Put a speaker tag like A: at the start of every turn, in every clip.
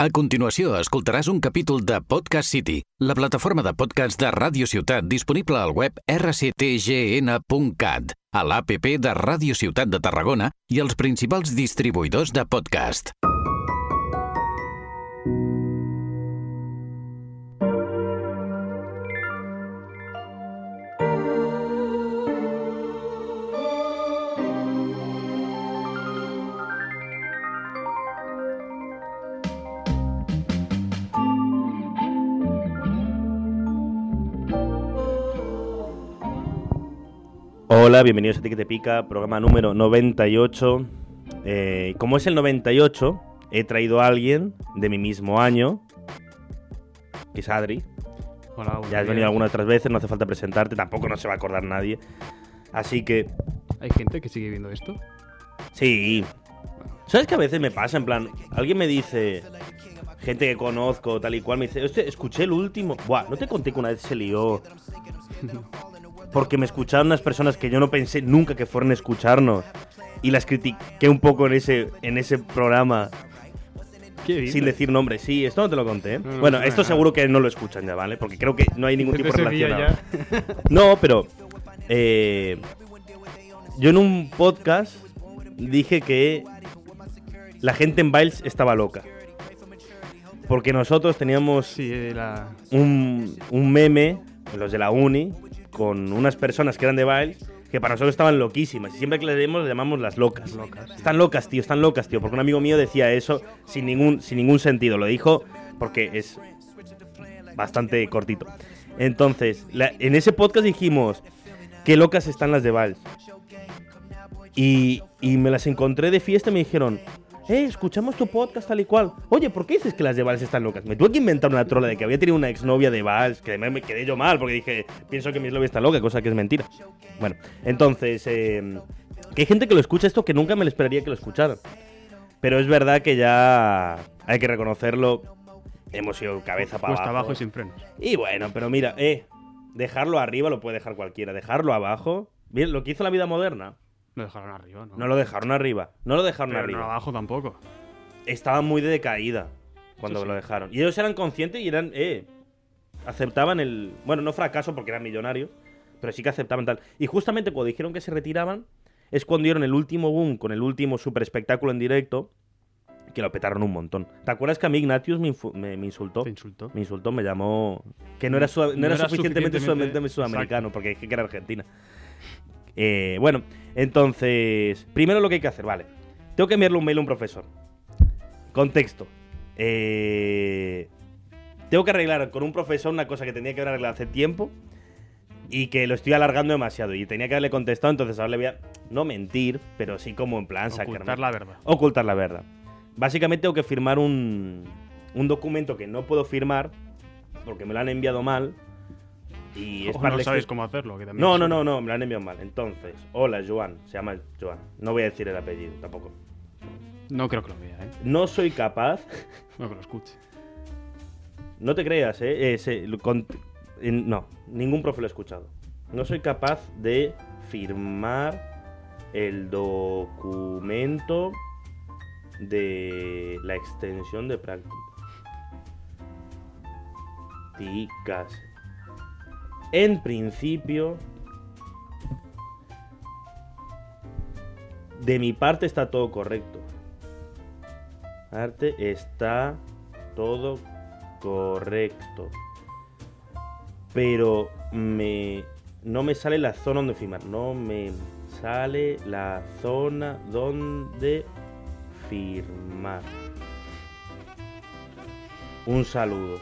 A: A continuació escoltaràs un capítol de Podcast City, la plataforma de podcast de Ràdio Ciutat disponible al web rctgn.cat, a l'APP de Ràdio Ciutat de Tarragona i els principals distribuïdors de podcast.
B: Hola, bienvenidos a Ti que te pica, programa número 98. Eh, como es el 98, he traído a alguien de mi mismo año, que es Adri.
C: Hola, buenos
B: Ya has
C: días.
B: venido algunas otras veces, no hace falta presentarte, tampoco no se va a acordar nadie. Así que,
C: ¿Hay gente que sigue viendo esto?
B: sí. ¿Sabes que a veces me pasa? En plan, alguien me dice, gente que conozco, tal y cual, me dice, "Hostia, escuché el último. Buah, no te conté que una vez se lió. Porque me escucharon unas personas que yo no pensé nunca que fueran a escucharnos. Y las critiqué un poco en ese, en ese programa.
C: ¿Qué dices?
B: Sin decir nombre, sí, esto no te lo conté. ¿eh?
C: No, no,
B: bueno,
C: no,
B: esto
C: no.
B: seguro que no lo escuchan ya, ¿vale? Porque creo que no hay ningún
C: Creo
B: tipo
C: que
B: de
C: ese día
B: relación. ahora.
C: ya-
B: No, pero. eh, yo en un podcast dije que la gente en Biles estaba loca. Porque nosotros teníamos
C: Sí, eh, la...
B: un, un meme, los de la uni, con unas personas que eran de Biles, que para nosotros estaban loquísimas. Y siempre que las vemos, las llamamos las locas.
C: Locas, sí.
B: Están locas, tío, están locas, tío. Porque un amigo mío decía eso sin ningún, sin ningún sentido. Lo dijo porque es bastante cortito. Entonces, la- en ese podcast dijimos, qué locas están las de Vals. Y, y me las encontré de fiesta y me dijeron, eh, escuchamos tu podcast tal y cual. Oye, ¿por qué dices que las de Vals están locas? Me tuve que inventar una trola de que había tenido una exnovia de Vals, que además me quedé yo mal porque dije, pienso que mi exnovia está loca, cosa que es mentira. Bueno, entonces, eh, que hay gente que lo escucha esto que nunca me lo esperaría que lo escuchara. Pero es verdad que ya hay que reconocerlo. Hemos ido cabeza para
C: Cuesta abajo y sin frenos.
B: y bueno, pero mira, eh, dejarlo arriba lo puede dejar cualquiera, dejarlo abajo. Bien, lo que hizo la vida moderna,
C: Lo dejaron arriba, ¿no?
B: no lo dejaron arriba, no lo dejaron
C: Pero no
B: arriba.
C: abajo tampoco.
B: Estaba muy de decaída cuando
C: Eso sí.
B: lo dejaron. Y ellos eran conscientes y eran, eh, aceptaban el, bueno, no fracaso porque eran millonarios, pero sí que aceptaban tal. Y justamente cuando dijeron que se retiraban, es cuando dieron el último boom con el último super espectáculo en directo, que lo petaron un montón. ¿Te acuerdas que a mí Ignatius me, infu- me- me insultó?
C: Te insultó.
B: Me insultó, me llamó. Que no era, sua- no
C: Mm, No
B: era
C: era
B: suficientemente,
C: suficientemente-
B: sudamente- sudamericano, porque es que era Argentina. Eh, bueno, entonces. Primero lo que hay que hacer, vale. Tengo que enviarle un mail a un profesor. Contexto. Eh, tengo que arreglar con un profesor una cosa que tenía que haber arreglado hace tiempo y que lo estoy alargando demasiado. Y tenía que haberle contestado, entonces ahora le voy a. No mentir, pero sí como en plan sacarme
C: Ocultar la verdad.
B: ocultar la verdad. Básicamente tengo que firmar un, un documento que no puedo firmar porque me lo han enviado mal. Y es
C: O
B: para
C: no
B: el
C: sabéis
B: exter-
C: cómo hacerlo. Que también
B: No,
C: es
B: no,
C: una-
B: no, no, me lo han enviado mal. Entonces, hola, Joan. Se llama Joan. No voy a decir el apellido tampoco.
C: No creo que lo vea, ¿eh?
B: No soy capaz.
C: No que lo escuche.
B: No te creas, ¿eh? eh, se- lo- con- en- no, ningún profe lo ha escuchado. No soy capaz de firmar el documento de la extensión de práctica. Ticas. En principio, de mi parte está todo correcto. Arte está todo correcto. Pero me no me sale la zona donde firmar, no me sale la zona donde firmar. Un saludo.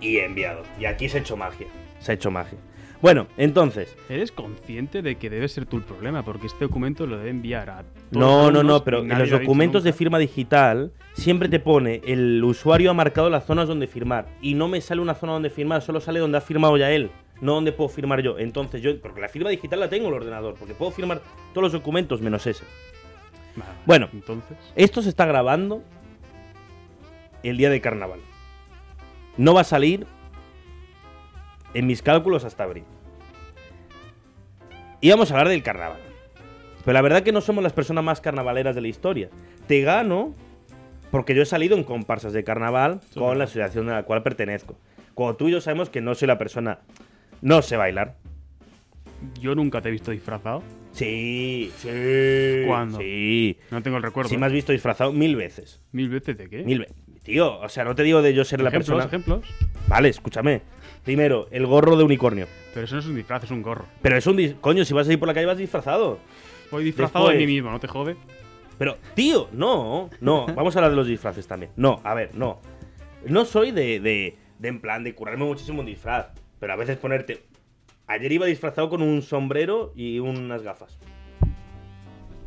B: Y enviado. Y aquí se ha hecho magia. Se ha hecho magia. Bueno, entonces,
C: ¿Eres consciente de que debe ser tú el problema? Porque este documento lo debe enviar a... todos
B: No,
C: los
B: no,
C: alumnos
B: no, pero
C: y
B: en
C: nadie
B: los
C: lo ha dicho
B: documentos de
C: nunca.
B: firma digital siempre te pone el usuario ha marcado las zonas donde firmar y no me sale una zona donde firmar, solo sale donde ha firmado ya él, no donde puedo firmar yo. Entonces yo, porque la firma digital la tengo en el ordenador, porque puedo firmar todos los documentos menos ese.
C: Vale, vale.
B: Bueno.
C: Entonces...
B: Esto se está grabando el día de carnaval. No va a salir en mis cálculos hasta abril. Y vamos a hablar del carnaval. Pero la verdad que no somos las personas más carnavaleras de la historia. Te gano Porque yo he salido en comparsas de carnaval
C: Sí,
B: con
C: claro.
B: la asociación a la cual pertenezco. Como tú y yo sabemos que no soy la persona. No sé bailar.
C: Yo nunca te he visto disfrazado.
B: Sí, sí.
C: ¿Cuándo?
B: Sí.
C: No tengo el recuerdo.
B: Sí, me has visto disfrazado mil veces.
C: ¿Mil veces de qué?
B: Mil veces. Tío, o sea, no te digo de yo ser la
C: ejemplos,
B: persona.
C: ejemplos.
B: Vale, escúchame. Primero, el gorro de unicornio.
C: Pero eso no es un disfraz, es un gorro.
B: Pero es un. dis- Coño, si vas a ir por la calle vas disfrazado.
C: Voy disfrazado de
B: Después.
C: mí mismo, no te jode.
B: Pero, tío, no, no. Vamos a hablar de los disfraces también. No, a ver, no. No soy de, de, de en plan de curarme muchísimo un disfraz. Pero a veces ponerte. Ayer iba disfrazado con un sombrero y unas gafas.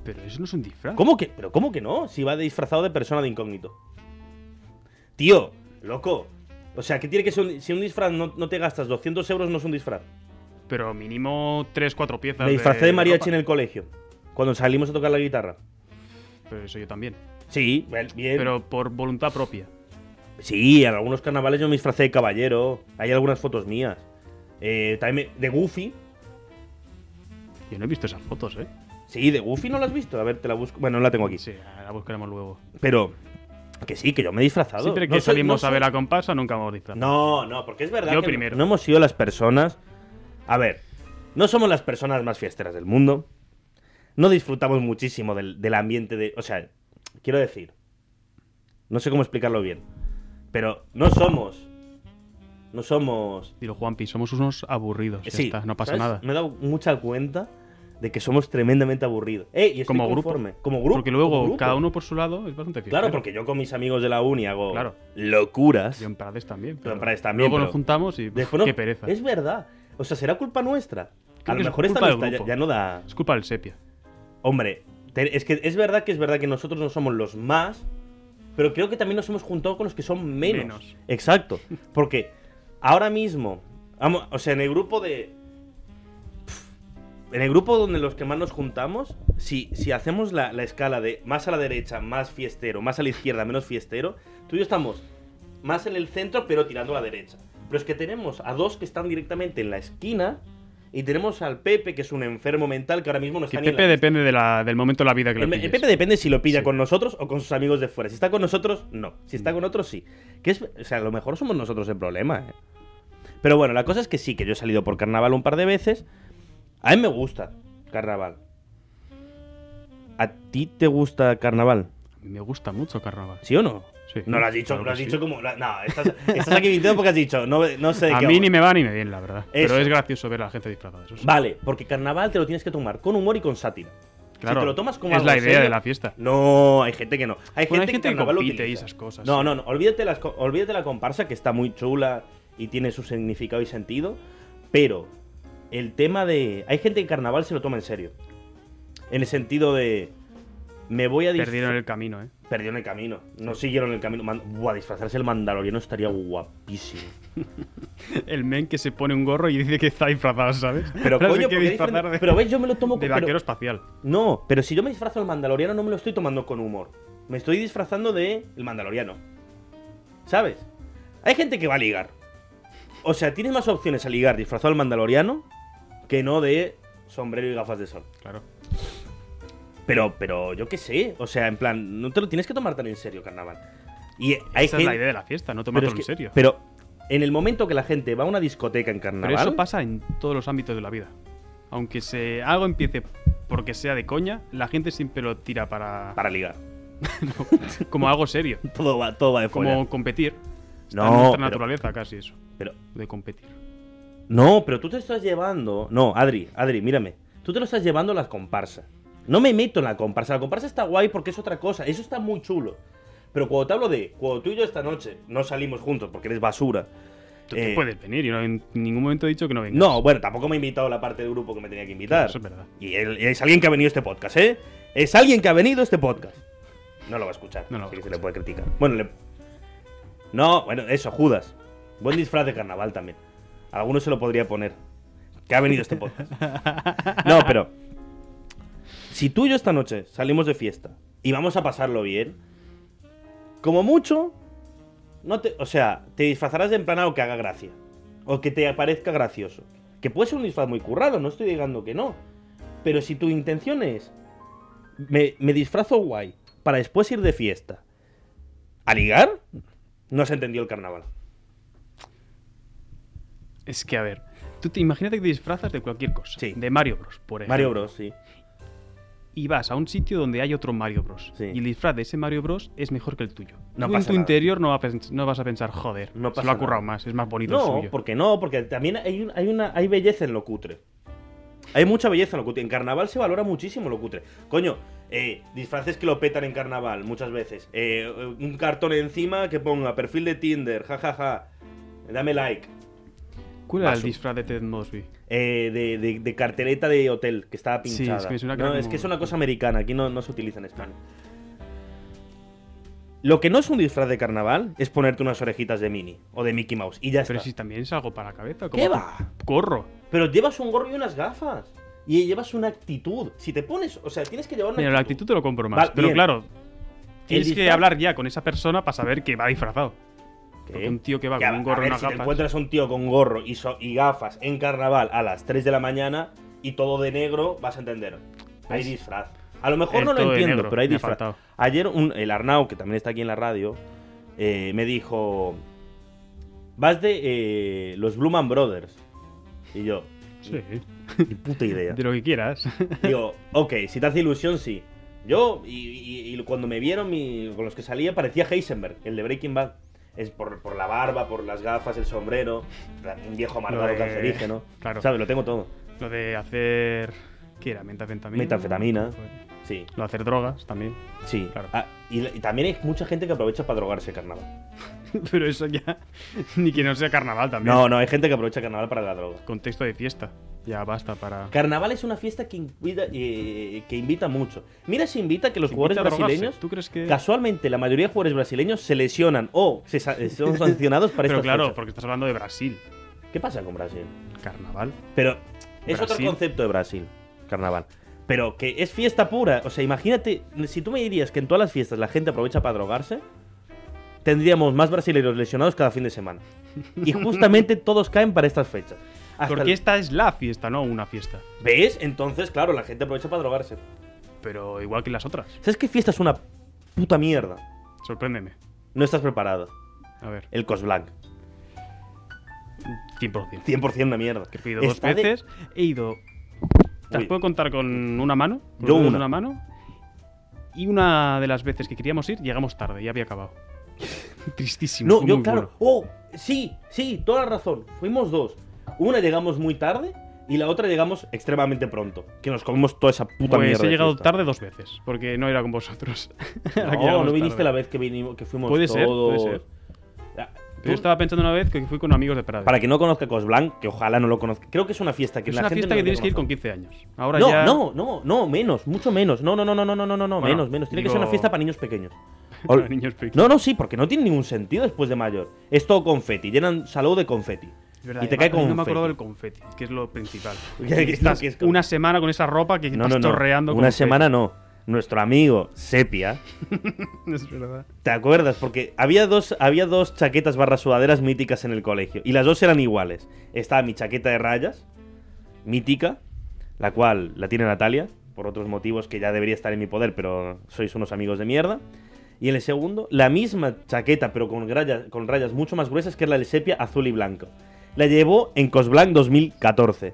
C: Pero eso no es un disfraz.
B: ¿Cómo que? ¿Pero cómo que no? Si va disfrazado de persona de incógnito. Tío, loco. O sea, ¿qué tiene que ser un, si un disfraz no, no te gastas 200 euros no es un disfraz?
C: Pero mínimo tres, cuatro piezas.
B: Me disfrazé de mariachi
C: ropa.
B: en el colegio. Cuando salimos a tocar la guitarra.
C: Pero eso yo también.
B: Eh. Sí, bien. bien.
C: Pero por voluntad propia.
B: Sí, en algunos carnavales yo me disfracé de caballero. Hay algunas fotos mías. Eh, también me- de Goofy.
C: Yo no he visto esas fotos, ¿eh?
B: Sí, de Goofy no la has visto. A ver, te la busco. Bueno, no la tengo aquí.
C: Sí, la buscaremos luego.
B: Pero que sí, que yo me he disfrazado.
C: Siempre que
B: No soy-
C: salimos
B: no
C: a ver
B: soy-
C: la comparsa nunca vamos disfrazados.
B: No, no, porque es verdad
C: Yo
B: que
C: primero.
B: no hemos sido las personas. A ver, no somos las personas más fiesteras del mundo. No disfrutamos muchísimo del, del ambiente de. O sea, quiero decir. No sé cómo explicarlo bien. Pero no somos. No somos.
C: Dilo, Juanpi, somos unos aburridos. Ya está, no pasa
B: ¿sabes?
C: nada.
B: Me he dado mucha cuenta de que como tremendamente aburridos. Eh, y estoy
C: Como grupo.
B: conforme. Como grupo.
C: Porque
B: como
C: luego
B: grupo.
C: cada uno por su lado es bastante fiestero.
B: Claro, porque yo con mis amigos de la uni hago
C: Claro.
B: locuras.
C: Yo en Prades también.
B: Pero en Prades también,
C: Luego
B: pero-
C: nos juntamos y.
B: Después no-
C: ¡Qué pereza!
B: Es
C: Es...
B: verdad. O sea, será culpa nuestra. a
C: Creo que
B: lo
C: es
B: mejor esta
C: culpa del
B: amistad ya,
C: grupo.
B: ya no da.
C: culpa del sepia.
B: Pues Hombre, te- es que es verdad que es verdad que nosotros no somos los más, pero creo que también nos hemos juntado con los que son menos.
C: Menos.
B: Exacto. Porque ahora mismo, vamos, o sea, en el grupo de. Pf, En el grupo donde los que más nos juntamos, si, si hacemos la, la escala de más a la derecha, más fiestero, más a la izquierda, menos fiestero, tú y yo estamos más en el centro, pero tirando a la derecha. Pero es que tenemos a dos que están directamente en la esquina y tenemos al Pepe, que es un enfermo mental que ahora mismo no
C: Que
B: está ni en
C: Pepe
B: la
C: depende de la- del momento de la vida que le
B: el, el
C: pilles.
B: Pepe depende si lo pilla
C: Sí. Mm.
B: con nosotros o con sus amigos de fuera. Si está con nosotros, no. Si está con otros, sí. Que es, o sea, a lo mejor somos nosotros el problema. ¿eh? Pero bueno, la cosa es que sí, que yo he salido por carnaval un par de veces. A mí me gusta carnaval. ¿A ti te gusta carnaval?
C: A mí Me gusta mucho carnaval.
B: ¿Sí o no?
C: Sí.
B: No lo has dicho,
C: Claro
B: lo has
C: que sí.
B: dicho como. la- No, estás, estás aquí mintiendo porque has dicho. No, no sé de
C: A
B: qué
C: mí
B: hablo.
C: ni me va ni me viene, la verdad.
B: Eso.
C: Pero es gracioso ver a la gente disfrazada. Eso sí.
B: Vale, porque carnaval te lo tienes que tomar con humor y con sátira.
C: Claro,
B: si te lo tomas como
C: es
B: algo
C: la idea
B: serio-
C: de la fiesta.
B: No, hay gente que no. Hay
C: Bueno, hay
B: gente,
C: gente
B: que,
C: que
B: carnaval lo
C: compite y
B: utiliza.
C: esas cosas,
B: No,
C: sí.
B: no, no. Olvídate, las, co- olvídate la comparsa, que está muy chula y tiene su significado y sentido. Pero el tema de. Hay gente que carnaval se lo toma en serio. En el sentido de. Me voy a disfra-
C: Perdieron el camino, ¿eh?
B: Perdieron el camino. No siguieron el camino. Man- Buah, disfrazarse el mandaloriano estaría guapísimo.
C: El men que se pone un gorro y dice que está disfrazado, ¿sabes?
B: Pero
C: Ahora se
B: coño,
C: quiere
B: porque
C: disfrazar
B: dicen-
C: de,
B: Pero veis, yo me lo tomo
C: de
B: pero-
C: vaquero espacial.
B: No, pero si yo me disfrazo del mandaloriano no me lo estoy tomando con humor. Me estoy disfrazando de el mandaloriano. ¿Sabes? Hay gente que va a ligar. O sea, tienes más opciones a ligar disfrazado del mandaloriano que no de sombrero y gafas de sol.
C: Claro.
B: Pero, pero yo qué sé. O sea, en plan, no te lo tienes que tomar tan en serio, carnaval. Y hay
C: Esa
B: gente...
C: es la idea de la fiesta, no
B: pero,
C: tomarlo
B: es
C: en
B: que-
C: serio.
B: pero en el momento que la gente va a una discoteca en
C: Pero
B: carnaval...
C: eso pasa en todos los ámbitos de la vida. Aunque se, algo empiece porque sea de coña, la gente siempre lo tira para,
B: Para ligar.
C: como algo serio.
B: Todo va, todo va de
C: Como
B: follar.
C: competir. Está en
B: No,
C: nuestra
B: pero-
C: naturaleza casi eso,
B: pero
C: de competir.
B: No, pero tú te estás llevando. No, Adri, Adri, mírame. Tú te lo estás llevando a la comparsa. No me meto en la comparsa. La comparsa está guay porque es otra cosa. Eso está muy chulo. Pero cuando te hablo de. Cuando tú y yo esta noche no salimos juntos porque eres basura.
C: Tú
B: eh,
C: tú puedes venir, yo no- en ningún momento he dicho que no vengas.
B: No, bueno, tampoco me ha invitado la parte del grupo que me tenía que invitar.
C: Eso es verdad.
B: Y él- y es alguien que ha venido a este podcast, ¿eh? Es alguien que ha venido a este podcast. No lo va a escuchar.
C: No lo va
B: así
C: a
B: que se
C: escuchar.
B: le puede criticar. Bueno, le- No, bueno, eso, Judas. Buen disfraz de carnaval también. Alguno se lo podría poner. Que ha venido a este podcast. No, pero. Si tú y yo esta noche salimos de fiesta y vamos a pasarlo bien, como mucho, no te, o sea, te disfrazarás de en plan algo que haga gracia. O que te parezca gracioso. Que puede ser un disfraz muy currado, no estoy negando que no. Pero si tu intención es. Me, me disfrazo guay para después ir de fiesta. a ligar, no se entendió el carnaval.
C: Es que, a ver, tú te, imagínate que te disfrazas de cualquier cosa.
B: Sí.
C: De Mario Bros, por ejemplo.
B: Mario Bros, sí.
C: Y vas a un sitio donde hay otro Mario Bros.
B: Sí.
C: Y el disfraz de ese Mario Bros es mejor que el tuyo.
B: No
C: Tú en
B: pasa
C: tu
B: nada.
C: interior no, va a pens- no vas a pensar, joder,
B: No
C: se
B: pasa
C: lo ha currado
B: nada.
C: más, es más bonito el
B: No,
C: suyo.
B: porque no, porque también hay, un- hay una hay belleza en lo cutre. Hay mucha belleza en lo cutre. En carnaval se valora muchísimo lo cutre. Coño, eh, disfraces que lo petan en carnaval muchas veces. Eh, un cartón encima que ponga perfil de Tinder, jajaja. Dame like.
C: ¿Cuál era el
B: Basu.
C: disfraz de Ted Mosby?
B: Eh, de, de- de cartereta de hotel que estaba
C: Sí, es
B: pinchada.
C: que me suena que
B: no,
C: era
B: es
C: como-
B: que es una cosa americana, aquí no, no se utiliza en España. Lo que no es un disfraz de carnaval es ponerte unas orejitas de Mini o de Mickey Mouse y ya
C: Pero
B: está.
C: si también es algo para la cabeza.
B: ¿Qué
C: como
B: va?
C: que Corro.
B: Pero llevas un gorro y unas gafas. Y llevas una actitud. Si te pones, o sea, tienes que llevar una
C: Mira, la actitud te lo compro más.
B: Vale,
C: pero
B: bien.
C: claro, tienes que
B: disfraz-
C: hablar ya con esa persona para saber que va disfrazado.
B: ¿Qué?
C: Porque un tío que va
B: Que a-
C: con un
B: a
C: gorro y
B: ver,
C: unas
B: si te
C: gafas.
B: encuentras a un tío con gorro y, so- y gafas en carnaval a las 3 de la mañana y todo de negro, vas a entender. Hay
C: ¿Ves?
B: disfraz. A lo mejor
C: Es
B: no lo
C: todo de
B: entiendo,
C: negro,
B: pero hay
C: me ha
B: disfraz.
C: faltado.
B: Ayer un- el Arnau, que también está aquí en la radio, eh, me dijo, vas de eh, los Blumen Brothers. Y yo,
C: Sí,
B: ni puta idea.
C: de lo que quieras.
B: Digo, ok, si te hace ilusión, sí. Yo, y, y- y cuando me vieron mi- con los que salía, parecía Heisenberg, el de Breaking Bad. Es por, por la barba, por las gafas, el sombrero, la- un viejo amargado
C: de-
B: cancerígeno.
C: eh, claro.
B: ¿Sabes? Lo tengo todo.
C: Lo de hacer. ¿Qué era? Metanfetamina.
B: Metanfetamina. Sí,
C: Lo de hacer drogas también.
B: sí.
C: Claro.
B: Ah, y, y también hay mucha gente que aprovecha para drogarse carnaval.
C: Pero eso ya. Ni que no sea carnaval también.
B: No, no, hay gente que aprovecha carnaval para la droga.
C: Contexto de fiesta. Ya basta para.
B: Carnaval es una fiesta que invita, eh, que invita mucho. Mira si invita que los
C: Invita
B: jugadores
C: a drogarse.
B: brasileños,
C: ¿Tú crees que.?
B: casualmente la mayoría de jugadores brasileños se lesionan o se sa- eh, son sancionados para
C: Pero
B: estas
C: claro,
B: fechas.
C: porque estás hablando de Brasil.
B: ¿Qué pasa con Brasil?
C: Carnaval.
B: Pero es
C: Brasil.
B: otro concepto de Brasil, carnaval. Pero que es fiesta pura. O sea, imagínate, si tú me dirías que en todas las fiestas la gente aprovecha para drogarse, tendríamos más brasileños lesionados cada fin de semana. Y justamente todos caen para estas fechas. Hasta
C: Porque
B: el-
C: esta es la fiesta, no una fiesta.
B: ¿Ves? Entonces, claro, la gente aprovecha para drogarse.
C: Pero igual que las otras.
B: ¿Sabes qué fiesta es una puta mierda?
C: Sorpréndeme.
B: No estás preparado.
C: A ver,
B: El Cosblanc.
C: 100%.
B: 100% de mierda.
C: Que he ido dos
B: Está de-
C: veces. He ido. Te las
B: Uy.
C: puedo contar con una mano. con
B: Yo
C: los dedos de
B: una.
C: mano. Y una de las veces que queríamos ir, llegamos tarde, ya había acabado. Tristísimo.
B: No,
C: fue
B: yo,
C: muy
B: claro.
C: bueno.
B: Oh, sí, sí, toda la razón. Fuimos dos. Una llegamos muy tarde y la otra llegamos extremadamente pronto. Que nos comimos toda esa puta
C: Pues
B: mierda.
C: he
B: de
C: llegado
B: fiesta.
C: tarde dos veces, porque no era con vosotros. Ahora que
B: No,
C: llegamos
B: no viniste
C: tarde.
B: la vez que, vinimos, que fuimos
C: Puede ser, puede
B: todos.
C: ser.
B: Ah, tú-
C: Yo estaba pensando una vez que fui con amigos de Prada.
B: Para que no conozca Cosblanc, que ojalá no lo conozca. Creo que es una fiesta que
C: es
B: la
C: una
B: gente
C: fiesta
B: no
C: que tienes que ir
B: debería
C: con
B: conocer.
C: 15 años. Ahora
B: no,
C: ya.
B: no, no, no, menos, mucho menos. No, no, no, no, no, no, no, no, no,
C: Bueno,
B: menos, menos. Tiene que
C: digo-
B: ser una fiesta para niños pequeños.
C: Para niños pequeños.
B: No, no, sí, porque no tiene ningún sentido después de mayor. Es todo confeti, llenan salud de confeti.
C: Es verdad,
B: y te
C: además,
B: cae
C: a mí
B: con
C: No me acuerdo del confeti, que es lo principal.
B: Ya, que es lo
C: Estás
B: que es con-
C: una semana con esa ropa que
B: No,
C: estás
B: no, no.
C: chorreando.
B: Una
C: confeti.
B: semana no. Nuestro amigo Sepia,
C: Es verdad.
B: ¿te acuerdas? Porque había dos, había dos chaquetas barra sudaderas míticas en el colegio. Y las dos eran iguales. Estaba mi chaqueta de rayas, mítica, la cual la tiene Natalia, por otros motivos que ya debería estar en mi poder, pero sois unos amigos de mierda. Y en el segundo, la misma chaqueta, pero con rayas, con rayas mucho más gruesas, que es la de Sepia azul y blanco. La llevó en Cosblanc 2014.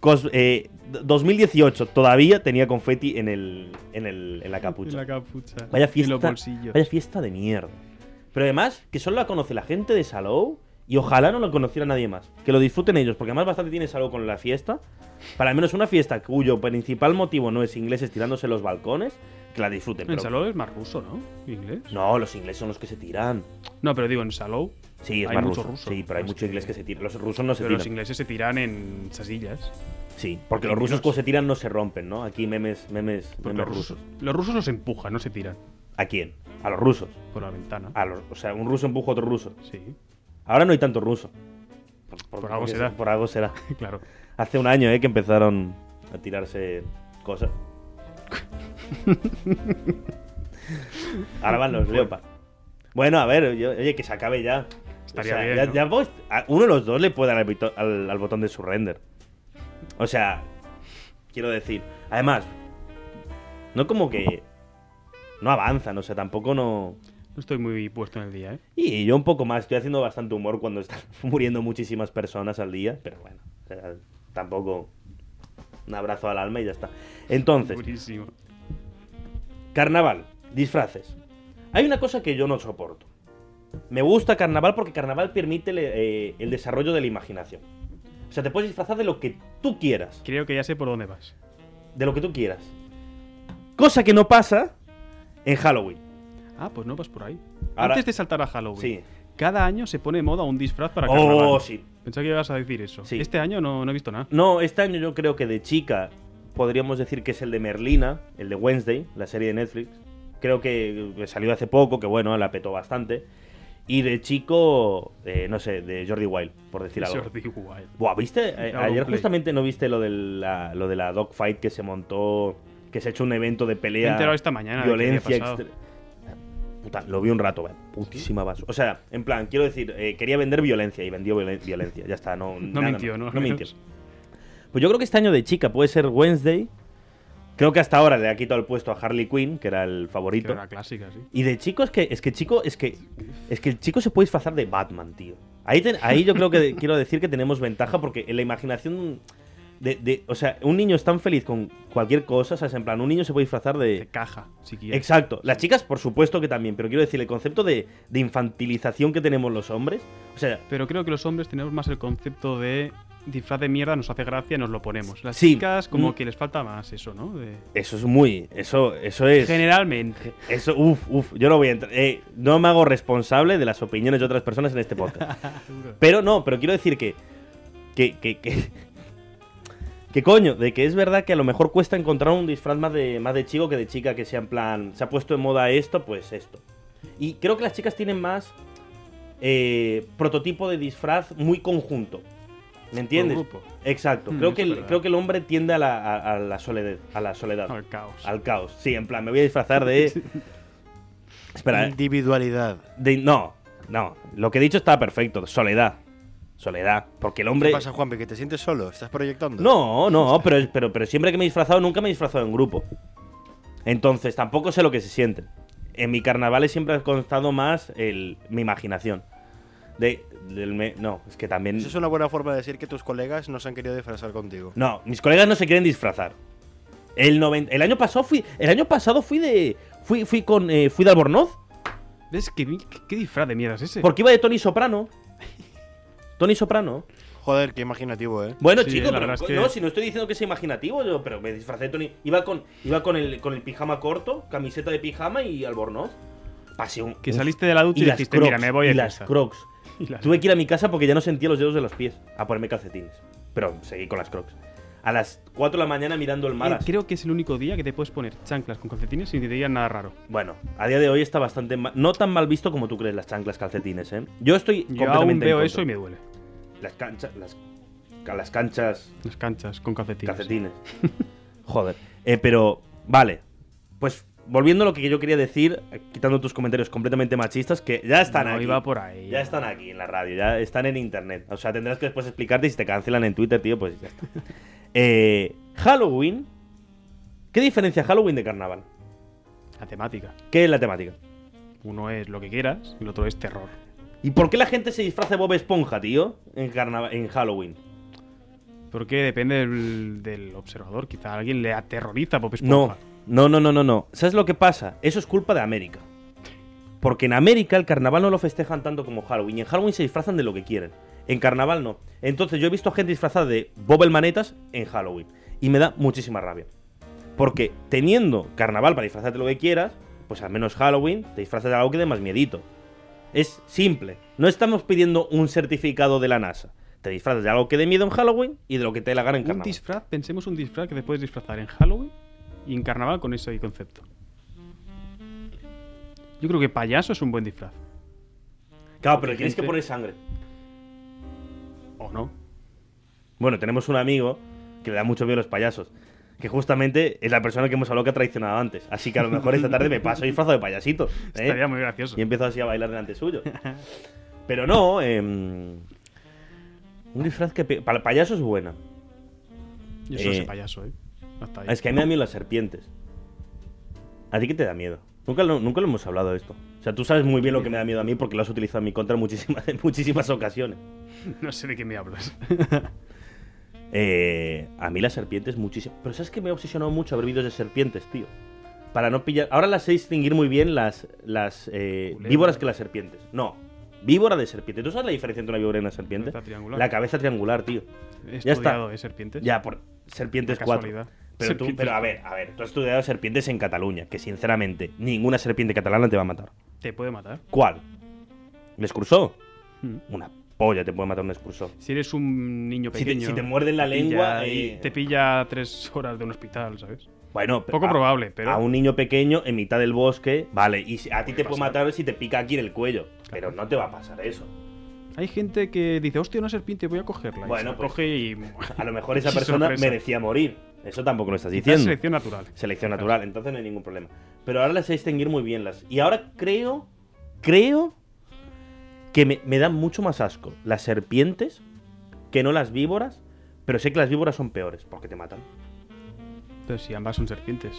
B: Cos- eh, d- 2018 todavía tenía confeti en, el, en, el, en la capucha.
C: En la capucha.
B: Vaya
C: En
B: fiesta,
C: los bolsillos.
B: vaya fiesta de mierda. Pero además, que solo la conoce la gente de Salou y ojalá no la conociera nadie más. Que lo disfruten ellos, porque además bastante tiene Salou con la fiesta. Para al menos una fiesta cuyo principal motivo no es ingleses tirándose los balcones, que la disfruten.
C: En
B: pero-
C: Salou es más ruso, ¿no? ¿Inglés?
B: No, los ingleses son los que se tiran.
C: No, pero digo, en Salou.
B: Sí, es
C: Hay
B: más
C: mucho
B: ruso.
C: ruso.
B: Sí, pero hay
C: Es
B: mucho
C: que-
B: inglés que se tira. Los rusos no se
C: Pero
B: tiran.
C: los ingleses se tiran en sasillas.
B: Sí, porque los rusos
C: Dios.
B: cuando se tiran no se rompen, ¿no? Aquí memes, memes,
C: Porque
B: memes
C: los rusos,
B: rusos.
C: los rusos los empujan, no se tiran
B: ¿A quién? A los rusos.
C: por la ventana.
B: A los, o sea, un ruso empuja a otro ruso.
C: Sí,
B: Ahora no hay tanto ruso.
C: Por algo
B: porque-
C: será.
B: Por algo será.
C: claro.
B: Hace un año, ¿eh? Que empezaron a tirarse cosas. Ahora van los Leopard. Bueno, a ver, yo- oye, que se acabe ya.
C: Estaría
B: O sea,
C: bien,
B: ya-
C: ¿no?
B: ya vos- a uno de los dos le puede dar al, bito- al- al botón de surrender. O sea, quiero decir. Además, no como que. No avanzan, o sea, tampoco no.
C: No estoy muy puesto en el día, ¿eh?
B: Y yo un poco más, estoy haciendo bastante humor cuando están muriendo muchísimas personas al día, pero bueno, o sea, tampoco un abrazo al alma y ya está. Entonces,
C: Buenísimo.
B: carnaval, disfraces. Hay una cosa que yo no soporto. Me gusta carnaval porque carnaval permite le- eh, el desarrollo de la imaginación. O sea, te puedes disfrazar de lo que tú quieras.
C: Creo que ya sé por dónde vas.
B: De lo que tú quieras. Cosa que no pasa en Halloween.
C: Ah, pues no vas por ahí.
B: Ahora-
C: Antes de saltar a Halloween,
B: Sí.
C: cada año se pone de moda un disfraz para carnaval.
B: Oh, sí.
C: Pensaba que ibas a decir eso.
B: Sí.
C: Este año no, no he visto nada.
B: No, este año yo creo que de chica podríamos decir que es el de Merlina, el de Wednesday, la serie de Netflix. Creo que salió hace poco, que bueno, la petó bastante. Y de chico, eh, no sé, de Jordi Wild, por decir algo.
C: Jordi Wild.
B: Buah, ¿viste? Eh,
C: Jordi
B: ayer
C: Play.
B: justamente no viste lo de la, lo de la dogfight que se montó, que se ha hecho un evento de
C: Me he
B: pelea,
C: enterado esta mañana. de que había
B: violencia
C: pasado.
B: extre- Puta, lo vi un rato, vaya, putísima basura. O sea, en plan, quiero decir, eh, quería vender violencia y vendió violen- violencia. Ya está, no.
C: No
B: nada
C: mintió,
B: más.
C: ¿no?
B: No mintió.
C: Menos.
B: Pues yo creo que este año de chica puede ser Wednesday. Creo que hasta ahora le ha quitado el puesto a Harley Quinn, que era el
C: Que
B: favorito.
C: era clásica, sí.
B: Y de chico es que es que chico es que es que el chico se puede disfrazar de Batman, tío. Ahí, te- ahí yo creo que de- quiero decir que tenemos ventaja porque en la imaginación de, de- o sea, un niño es tan feliz con cualquier cosa, ¿sabes? En plan, un niño se puede disfrazar
C: De
B: de
C: caja, si quieres.
B: Exacto, las chicas por supuesto que también, pero quiero decir el concepto de, de infantilización que tenemos los hombres, o sea,
C: Pero creo que los hombres tenemos más el concepto de disfraz de mierda, nos hace gracia, nos lo ponemos. Las
B: Sí.
C: chicas como
B: Mm.
C: que les falta más eso, ¿no? De-
B: eso es muy eso eso es
C: Generalmente.
B: Eso, uff, uff, yo no voy a entrar. eh, no me hago responsable de las opiniones de otras personas en este podcast. Pero no, pero quiero decir que. Que, que, que. que coño, de que es verdad que a lo mejor cuesta encontrar un disfraz más de, más de chico que de chica que sea en plan. Se ha puesto en moda esto, pues esto. Y creo que las chicas tienen más. eh, prototipo de disfraz muy conjunto. ¿Me entiendes?
C: Por grupo.
B: Exacto.
C: Mm,
B: creo,
C: eso
B: que
C: es
B: el,
C: verdad.
B: creo que el hombre tiende a la, a- a la soledad. A la soledad.
C: Al caos.
B: Al caos. Sí, en plan, me voy a disfrazar de. Espera, eh,
D: Individualidad.
B: de- no, no. Lo que he dicho está perfecto. Soledad. Soledad. Porque el hombre.
D: ¿Qué pasa, Juanpe? ¿Que te sientes solo? ¿Estás proyectando?
B: No, no, pero, pero, pero siempre que me he disfrazado, nunca me he disfrazado en grupo. Entonces, tampoco sé lo que se sienten. En mi carnaval siempre ha constado más el, mi imaginación. De, del me- no, es que también.
D: Esa es una buena forma de decir que tus colegas no se han querido disfrazar contigo.
B: No, mis colegas no se quieren disfrazar. El, noven- el año pasado fui. El año pasado fui de. Fui, fui con. eh, fui de Albornoz.
C: ¿Ves qué, qué- qué disfraz de mierda es ese?
B: Porque iba de Tony Soprano. Tony Soprano.
D: Joder, qué imaginativo, ¿eh?
B: Bueno,
C: Sí,
B: chicos,
C: la
B: pero
C: verdad es
B: co-
C: que-
B: no, si no estoy diciendo que sea imaginativo, yo, pero me disfracé de Tony. Iba con, iba con el con el pijama corto, camiseta de pijama y albornoz. Pasé un.
C: Que
B: un-
C: saliste de la ducha y,
B: las
C: dijiste, mira,
B: Crocs,
C: me voy a
B: Y las
C: casa".
B: crocs.
C: Y las-
B: Tuve que ir a mi casa porque ya no sentía los dedos de los pies a ponerme calcetines. Pero seguí con las crocs. A las 4 de la mañana mirando el mar.
C: Eh,
B: así.
C: creo que es el único día que te puedes poner chanclas con calcetines sin que te digan nada raro.
B: Bueno, a día de hoy está bastante. ma- No tan mal visto como tú crees las chanclas calcetines, ¿eh? Yo estoy.
C: Yo
B: completamente
C: aún
B: en
C: veo
B: contra.
C: eso y me duele.
B: Las canchas. Las, a las canchas
C: Las canchas con calcetines.
B: Calcetines. Joder. Eh, pero, vale. Pues volviendo a lo que yo quería decir, eh, quitando tus comentarios completamente machistas, que ya están
C: no
B: aquí.
C: iba por ahí.
B: Ya están aquí en la radio, ya están en internet. O sea, tendrás que después explicarte y si te cancelan en Twitter, tío, pues ya está. Eh, Halloween. ¿Qué diferencia Halloween de carnaval?
C: La temática.
B: ¿Qué es la temática?
C: Uno es lo que quieras y el otro es terror.
B: ¿Y por qué la gente se disfraza de Bob Esponja, tío? En, carnaval, en Halloween.
C: Porque depende del, del observador. Quizá a alguien le aterroriza Bob
B: No,
C: Esponja.
B: no, no, no, no, no. ¿Sabes lo que pasa? Eso es culpa de América. Porque en América el carnaval no lo festejan tanto como Halloween. Y en Halloween se disfrazan de lo que quieren. En carnaval no. Entonces yo he visto gente disfrazada de Bob el Manetas en Halloween. Y me da muchísima rabia. Porque teniendo carnaval para disfrazarte lo que quieras, pues al menos Halloween te disfrazas de algo que dé más miedito. Es simple. No estamos pidiendo un certificado de la NASA. Te disfrazas de algo que dé miedo en Halloween y de lo que te dé la gana en
C: Un
B: carnaval.
C: disfraz, pensemos un disfraz que te puedes disfrazar en Halloween y en carnaval con ese concepto. Yo creo que payaso es un buen disfraz.
B: Claro, pero le tienes que
C: Gente-
B: poner sangre.
C: ¿O no?
B: Bueno, tenemos un amigo que le da mucho miedo a los payasos, que justamente es la persona que hemos hablado que ha traicionado antes. Así que a lo mejor esta tarde me paso disfrazado de payasito. ¿eh?
C: Estaría muy gracioso.
B: Y empiezo así a bailar delante suyo. Pero no, eh, un disfraz que pe- para el payaso es buena.
C: Yo soy
B: eh,
C: payaso, ¿eh? Hasta ahí.
B: Es que a mí me da miedo las serpientes. ¿A ti qué te da miedo? Nunca lo, nunca lo hemos hablado de esto. O sea, tú sabes muy bien lo que me da miedo a mí porque lo has utilizado en mi contra en muchísimas, en muchísimas ocasiones.
C: No sé de qué me hablas.
B: Eh, a mí las serpientes muchísimo. Pero sabes que me ha obsesionado mucho haber vídeos de serpientes, tío. Para no pillar. Ahora las sé distinguir muy bien las, las eh,
C: Culebra.
B: víboras que las serpientes. No, víbora de serpiente. ¿Tú sabes la diferencia entre una víbora y una serpiente?
C: Cabeza triangular.
B: La cabeza triangular, tío.
C: He
B: Ya está.
C: estudiado de serpientes.
B: Ya, por serpientes
C: Por
B: 4.
C: casualidad.
B: Pero, tú,
C: Serpientes
B: pero a ver, a ver, tú has estudiado serpientes en Cataluña, que sinceramente ninguna serpiente catalana te va a matar.
C: Te puede matar.
B: ¿Cuál? ¿El excursó?
C: Mm.
B: Una polla te puede matar un excursó.
C: Si eres un niño
B: Hmm. Si te-
C: pequeño.
B: si te muerden la
C: te pilla
B: lengua,
C: y
B: eh.
C: Te pilla a tres horas de un hospital, ¿sabes?
B: Bueno, pero-
C: Poco
B: a-
C: probable, pero.
B: A un niño pequeño en mitad del bosque, vale, y si- a ti
C: Puede
B: te puede
C: pasar.
B: matar si te pica aquí en el cuello, pero no te va a pasar eso.
C: Hay gente que dice, hostia, una serpiente, voy a cogerla.
B: Bueno,
C: y se la
B: pues,
C: coge y.
B: A lo mejor esa
C: Sí,
B: persona
C: sorpresa.
B: merecía morir. Eso tampoco lo estás
C: Quizás
B: diciendo.
C: selección natural.
B: Selección natural, entonces no hay ningún problema. Pero ahora las sé distinguir muy bien las. Y ahora creo, creo que me, me dan mucho más asco las serpientes que no las víboras, pero sé que las víboras son peores porque te matan.
C: Pero si ambas son serpientes.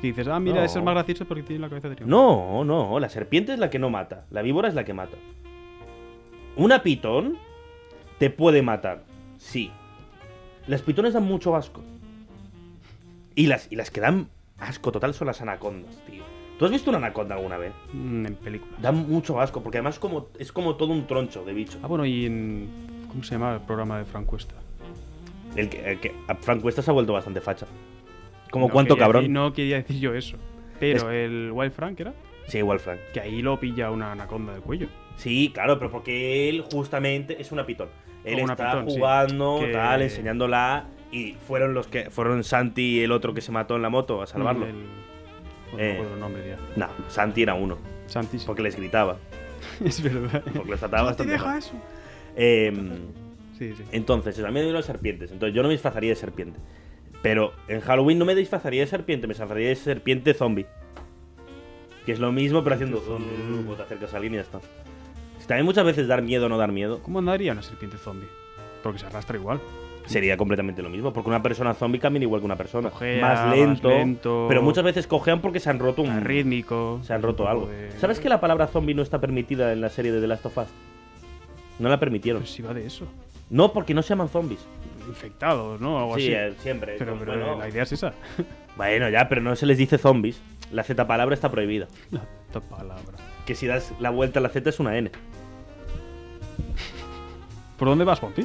C: Y dices, ah, mira,
B: No.
C: esa es más graciosa porque tiene la cabeza de triángulo.
B: No, no, la serpiente es la que no mata, la víbora es la que mata. Una pitón te puede matar, sí. Las pitones dan mucho asco. Y las, y las que dan asco total son las anacondas, tío. ¿Tú has visto una anaconda alguna vez?
C: Mm, En películas.
B: Da mucho asco, porque además como, es como todo un troncho de bicho.
C: Ah, bueno, y en. ¿Cómo se llamaba el programa de Frank Cuesta?
B: El que, el que- a Frank Cuesta se ha vuelto bastante facha. Como
C: No
B: cuánto
C: quería
B: cabrón.
C: decir- no quería decir yo eso. Pero el Wild Frank era
B: Sí, igual Frank.
C: que ahí lo pilla una anaconda del cuello.
B: Sí, claro, pero porque él justamente es una pitón. Él
C: Como una
B: está
C: pitón, sí.
B: jugando,
C: Que-
B: tal, enseñándola. Y fueron los que. Fueron Santi y el otro que se mató en la moto a salvarlo.
C: Mm, El... No
B: Eh.
C: me acuerdo el nombre ya.
B: No, Santi era uno.
C: Santi. sí.
B: Porque les gritaba.
C: Es verdad.
B: Porque les trataba bastante.
C: Santi, deja
B: mal.
C: eso.
B: Em,
C: Sí, sí.
B: entonces, eso, a mí me las serpientes. Entonces, yo no me disfrazaría de serpiente. Pero en Halloween no me disfrazaría de serpiente, me disfrazaría de serpiente zombie. Que es lo mismo, pero haciendo.
C: zombie.
B: O te acercas a alguien y ya está. También muchas veces dar miedo o no dar miedo.
C: ¿Cómo andaría una serpiente zombie? Porque se arrastra igual.
B: sería completamente lo mismo, porque una persona zombie camina igual que una persona.
C: Cojea,
B: más, lento,
C: más lento.
B: Pero muchas veces cojean porque se han roto un.
C: Rítmico.
B: Se han roto algo.
C: de-
B: ¿Sabes que la palabra zombie no está permitida en la serie de The Last of Us? No la permitieron.
C: Pues si va de eso.
B: No, porque no se llaman zombies.
C: Infectados, ¿no? Algo
B: Sí,
C: así.
B: eh, siempre.
C: Oh, Pero,
B: Entonces,
C: pero
B: bueno,
C: la idea es esa.
B: bueno, ya, pero no se les dice zombies. La Z palabra está prohibida.
C: Esta palabra.
B: Que si das la vuelta a la Z es una N.
C: ¿Por dónde vas, Ponti?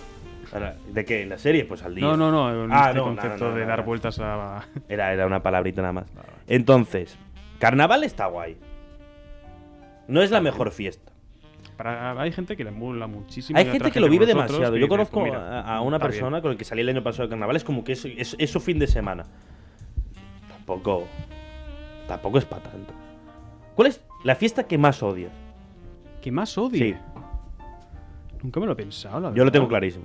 B: Ahora, ¿De qué? ¿En la serie? Pues al día.
C: No, no, no.
B: Ah,
C: este
B: no, no,
C: concepto
B: no, no,
C: de
B: no,
C: dar
B: no.
C: vueltas a.
B: Era, era una palabrita nada más.
C: Vale, vale.
B: Entonces, carnaval está guay. No es la mejor fiesta.
C: Para- Hay gente que le emula muchísimo.
B: Hay
C: y otra
B: gente que lo vive
C: como nosotros
B: demasiado.
C: que
B: Yo
C: dice,
B: conozco
C: pues mira,
B: a, a una
C: está
B: persona con la que salí el año pasado de carnaval, es como que es, es- es su fin de semana. Tampoco. Tampoco es para tanto. ¿Cuál es la fiesta que más odias?
C: bien. Que más odio.
B: Sí,
C: Nunca me lo he pensado, la
B: yo lo
C: verdad.
B: tengo clarísimo.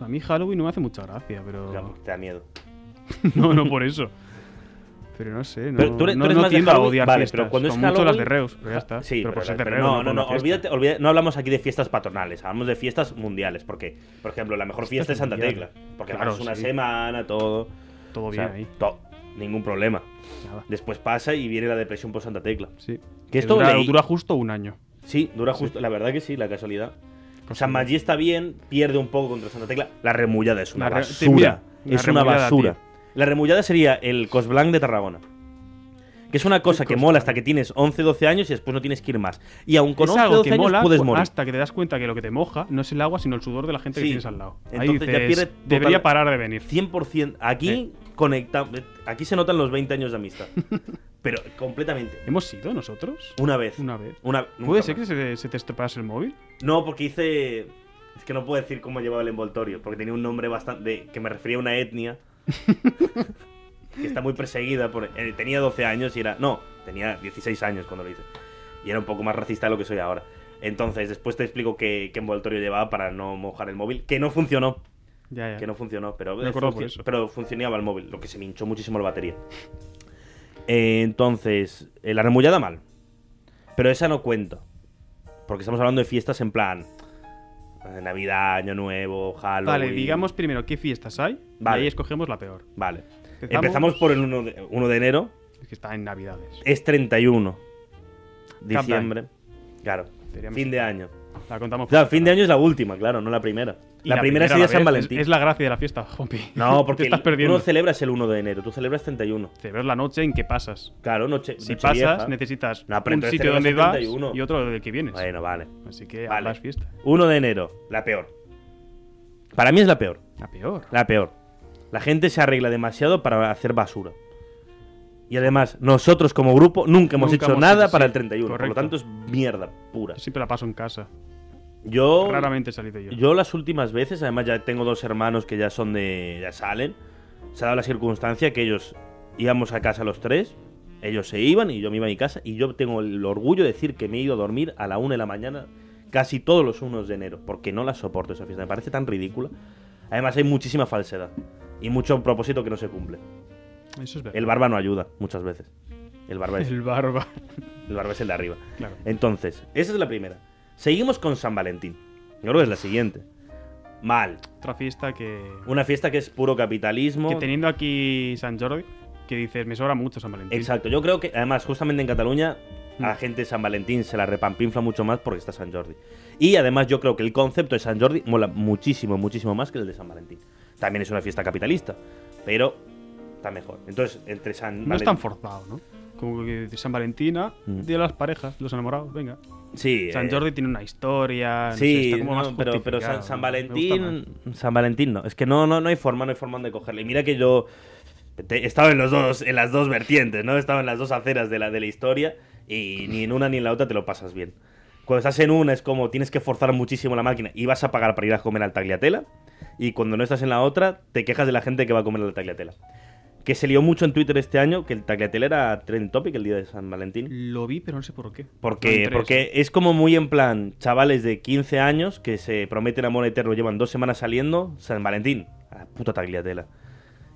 C: A mí Halloween no me hace mucha gracia, pero.
B: Claro, Te da miedo.
C: No, no por eso. Pero no sé, no,
B: Pero tú eres-
C: no,
B: tú eres
C: no
B: más de
C: tiendo a
B: Halloween.
C: odiar
B: Vale,
C: fiestas.
B: pero cuando es
C: Son mucho las de
B: Halloween- Ah,
C: Reus, pero ya está.
B: Sí,
C: pero por
B: pero,
C: ser de
B: pero
C: Reus,
B: no, no,
C: por
B: no,
C: una fiesta.
B: olvídate, olvídate- no hablamos aquí de fiestas patronales, hablamos de fiestas mundiales, porque, por ejemplo, la mejor
C: Fiestas
B: fiesta es Santa Tecla,
C: mundiales.
B: porque
C: Claro,
B: pasas una
C: sí.
B: semana, todo,
C: Todo
B: o
C: bien
B: sea,
C: ahí,
B: to- ningún problema.
C: nada.
B: Después pasa y viene la depresión por Santa Tecla.
C: Sí.
B: Que esto
C: dura,
B: leí-
C: dura justo un año.
B: Sí, dura justo. La verdad que sí, la casualidad.
C: Pues
B: San Maggi está bien, pierde un poco contra Santa Tecla. La remullada es una
C: La re- te-
B: basura.
C: mira,
B: es
C: la
B: una
C: remullada,
B: basura.
C: tío.
B: La remullada sería el Cosblanc de Tarragona. Que es una cosa que
C: Cosblanc.
B: mola hasta que tienes 11, 12 años y después no tienes que ir más. Y aun con
C: es
B: 11,
C: algo
B: 12
C: que
B: años
C: mola
B: puedes
C: cu-
B: morir.
C: hasta que te das cuenta que lo que te moja no es el agua, sino el sudor de la gente
B: Sí.
C: que tienes al lado. Ahí
B: Entonces ya
C: dices,
B: pierde total-
C: debería parar de venir.
B: 100%. Aquí
C: Eh.
B: conecta- Aquí se notan los 20 años de amistad. Pero completamente.
C: ¿Hemos sido nosotros?
B: Una vez.
C: Una vez.
B: Una-
C: ¿Puede
B: nunca
C: ser
B: más.
C: que se, se te estropease el móvil?
B: No, porque hice. Es que no puedo decir cómo llevaba el envoltorio, porque tenía un nombre bastante. de- que me refería a una etnia. que está muy perseguida. Por... eh, Tenía 12 años y era. No, tenía 16 años cuando lo hice. Y era un poco más racista de lo que soy ahora. Entonces, después te explico qué, qué envoltorio llevaba para no mojar el móvil, que no funcionó.
C: Ya, ya.
B: Que no funcionó, pero,
C: Me acuerdo por
B: funcio-
C: eso.
B: pero funcionaba el móvil, lo que se me hinchó muchísimo la batería. Eh, entonces, eh, la remullada mal. Pero esa no cuenta. Porque estamos hablando de fiestas en plan. eh, Navidad, Año Nuevo, Halloween.
C: Vale, digamos primero qué fiestas hay.
B: Vale.
C: Y ahí escogemos la peor.
B: Vale.
C: Empezamos-
B: Empezamos, por el 1 de, 1 de enero.
C: Es que está en Navidades.
B: Es 31. diciembre. Claro,
C: Deberíamos-
B: fin de año.
C: La contamos.
B: O sea, fin de año es la última, claro, no la primera.
C: Y
B: La, primera,
C: la
B: sería San
C: ves,
B: Valentín.
C: Es, es la gracia de la fiesta, Juanpi.
B: No, porque
C: Te estás
B: el-
C: perdiendo.
B: tú no celebras el 1 de enero, tú celebras 31.
C: Te ves la noche en que pasas.
B: Claro, noche.
C: Si
B: noche
C: pasas,
B: vieja.
C: necesitas
B: No, pero
C: un
B: entonces
C: sitio donde
B: celebras
C: vas
B: 71.
C: y otro del que vienes.
B: Bueno, vale.
C: Así que
B: Vale.
C: haz fiesta.
B: 1 de enero, la peor. Para mí es la peor.
C: La peor.
B: La peor. La gente se arregla demasiado para hacer basura. Y además, nosotros como grupo nunca hemos
C: Nunca
B: hecho
C: hemos
B: nada
C: hecho-
B: para
C: sí,
B: el 31. Por lo
C: correcto.
B: tanto, es mierda pura.
C: Yo siempre la paso en casa.
B: Yo,
C: Raramente he salido yo.
B: yo las últimas veces, además ya tengo dos hermanos que ya son de... ya salen. Se ha dado la circunstancia que ellos íbamos a casa los tres, ellos se iban y yo me iba a mi casa. Y yo tengo el orgullo de decir que me he ido a dormir a la una de la mañana casi todos los unos de enero, porque no la soporto esa fiesta. Me parece tan ridícula. Además hay muchísima falsedad y mucho propósito que no se cumple.
C: Eso es verdad.
B: El barba no ayuda muchas veces. El barba es
C: El barba.
B: el, barba es el de arriba.
C: Claro.
B: Entonces, esa es la primera. Seguimos con San Valentín. Yo creo que es la siguiente. Mal.
C: Otra fiesta que.
B: Una fiesta que es puro capitalismo.
C: Que teniendo aquí San Jordi, que dices, me sobra mucho San Valentín.
B: Exacto. Yo creo que, además, justamente en Cataluña, a la
C: Mm.
B: gente de San Valentín se la repampinfla mucho más porque está San Jordi. Y además, yo creo que el concepto de San Jordi mola muchísimo, muchísimo más que el de San Valentín. También es una fiesta capitalista, pero está mejor. Entonces, entre San
C: No es tan forzado, ¿no? Como que San Valentina,
B: Mm.
C: día de las parejas, los enamorados, venga.
B: Sí,
C: San
B: eh,
C: Jordi tiene una historia. no sé,
B: Sí,
C: está como
B: no,
C: más
B: pero, pero
C: justificado,
B: San, San
C: ¿no? Me gusta
B: Valentín. San Valentín no. Es que no, no, no hay forma, no hay forma de cogerle. Y mira que yo te- he estado en los dos, en las dos vertientes, ¿no? He estado en las dos aceras de la, de la historia y ni en una ni en la otra te lo pasas bien. Cuando estás en una es como tienes que forzar muchísimo la máquina y vas a pagar para ir a comer al tagliatela. Y cuando no estás en la otra, te quejas de la gente que va a comer al tagliatela. Que se lió mucho en Twitter este año que el tagliatela era trend topic el día de San Valentín.
C: más. Lo vi, pero no sé por qué. No
B: Porque,
C: entré,
B: porque es como muy en plan, chavales de 15 años que se prometen amor eterno, llevan dos semanas saliendo, San Valentín, a la puta tagliatela.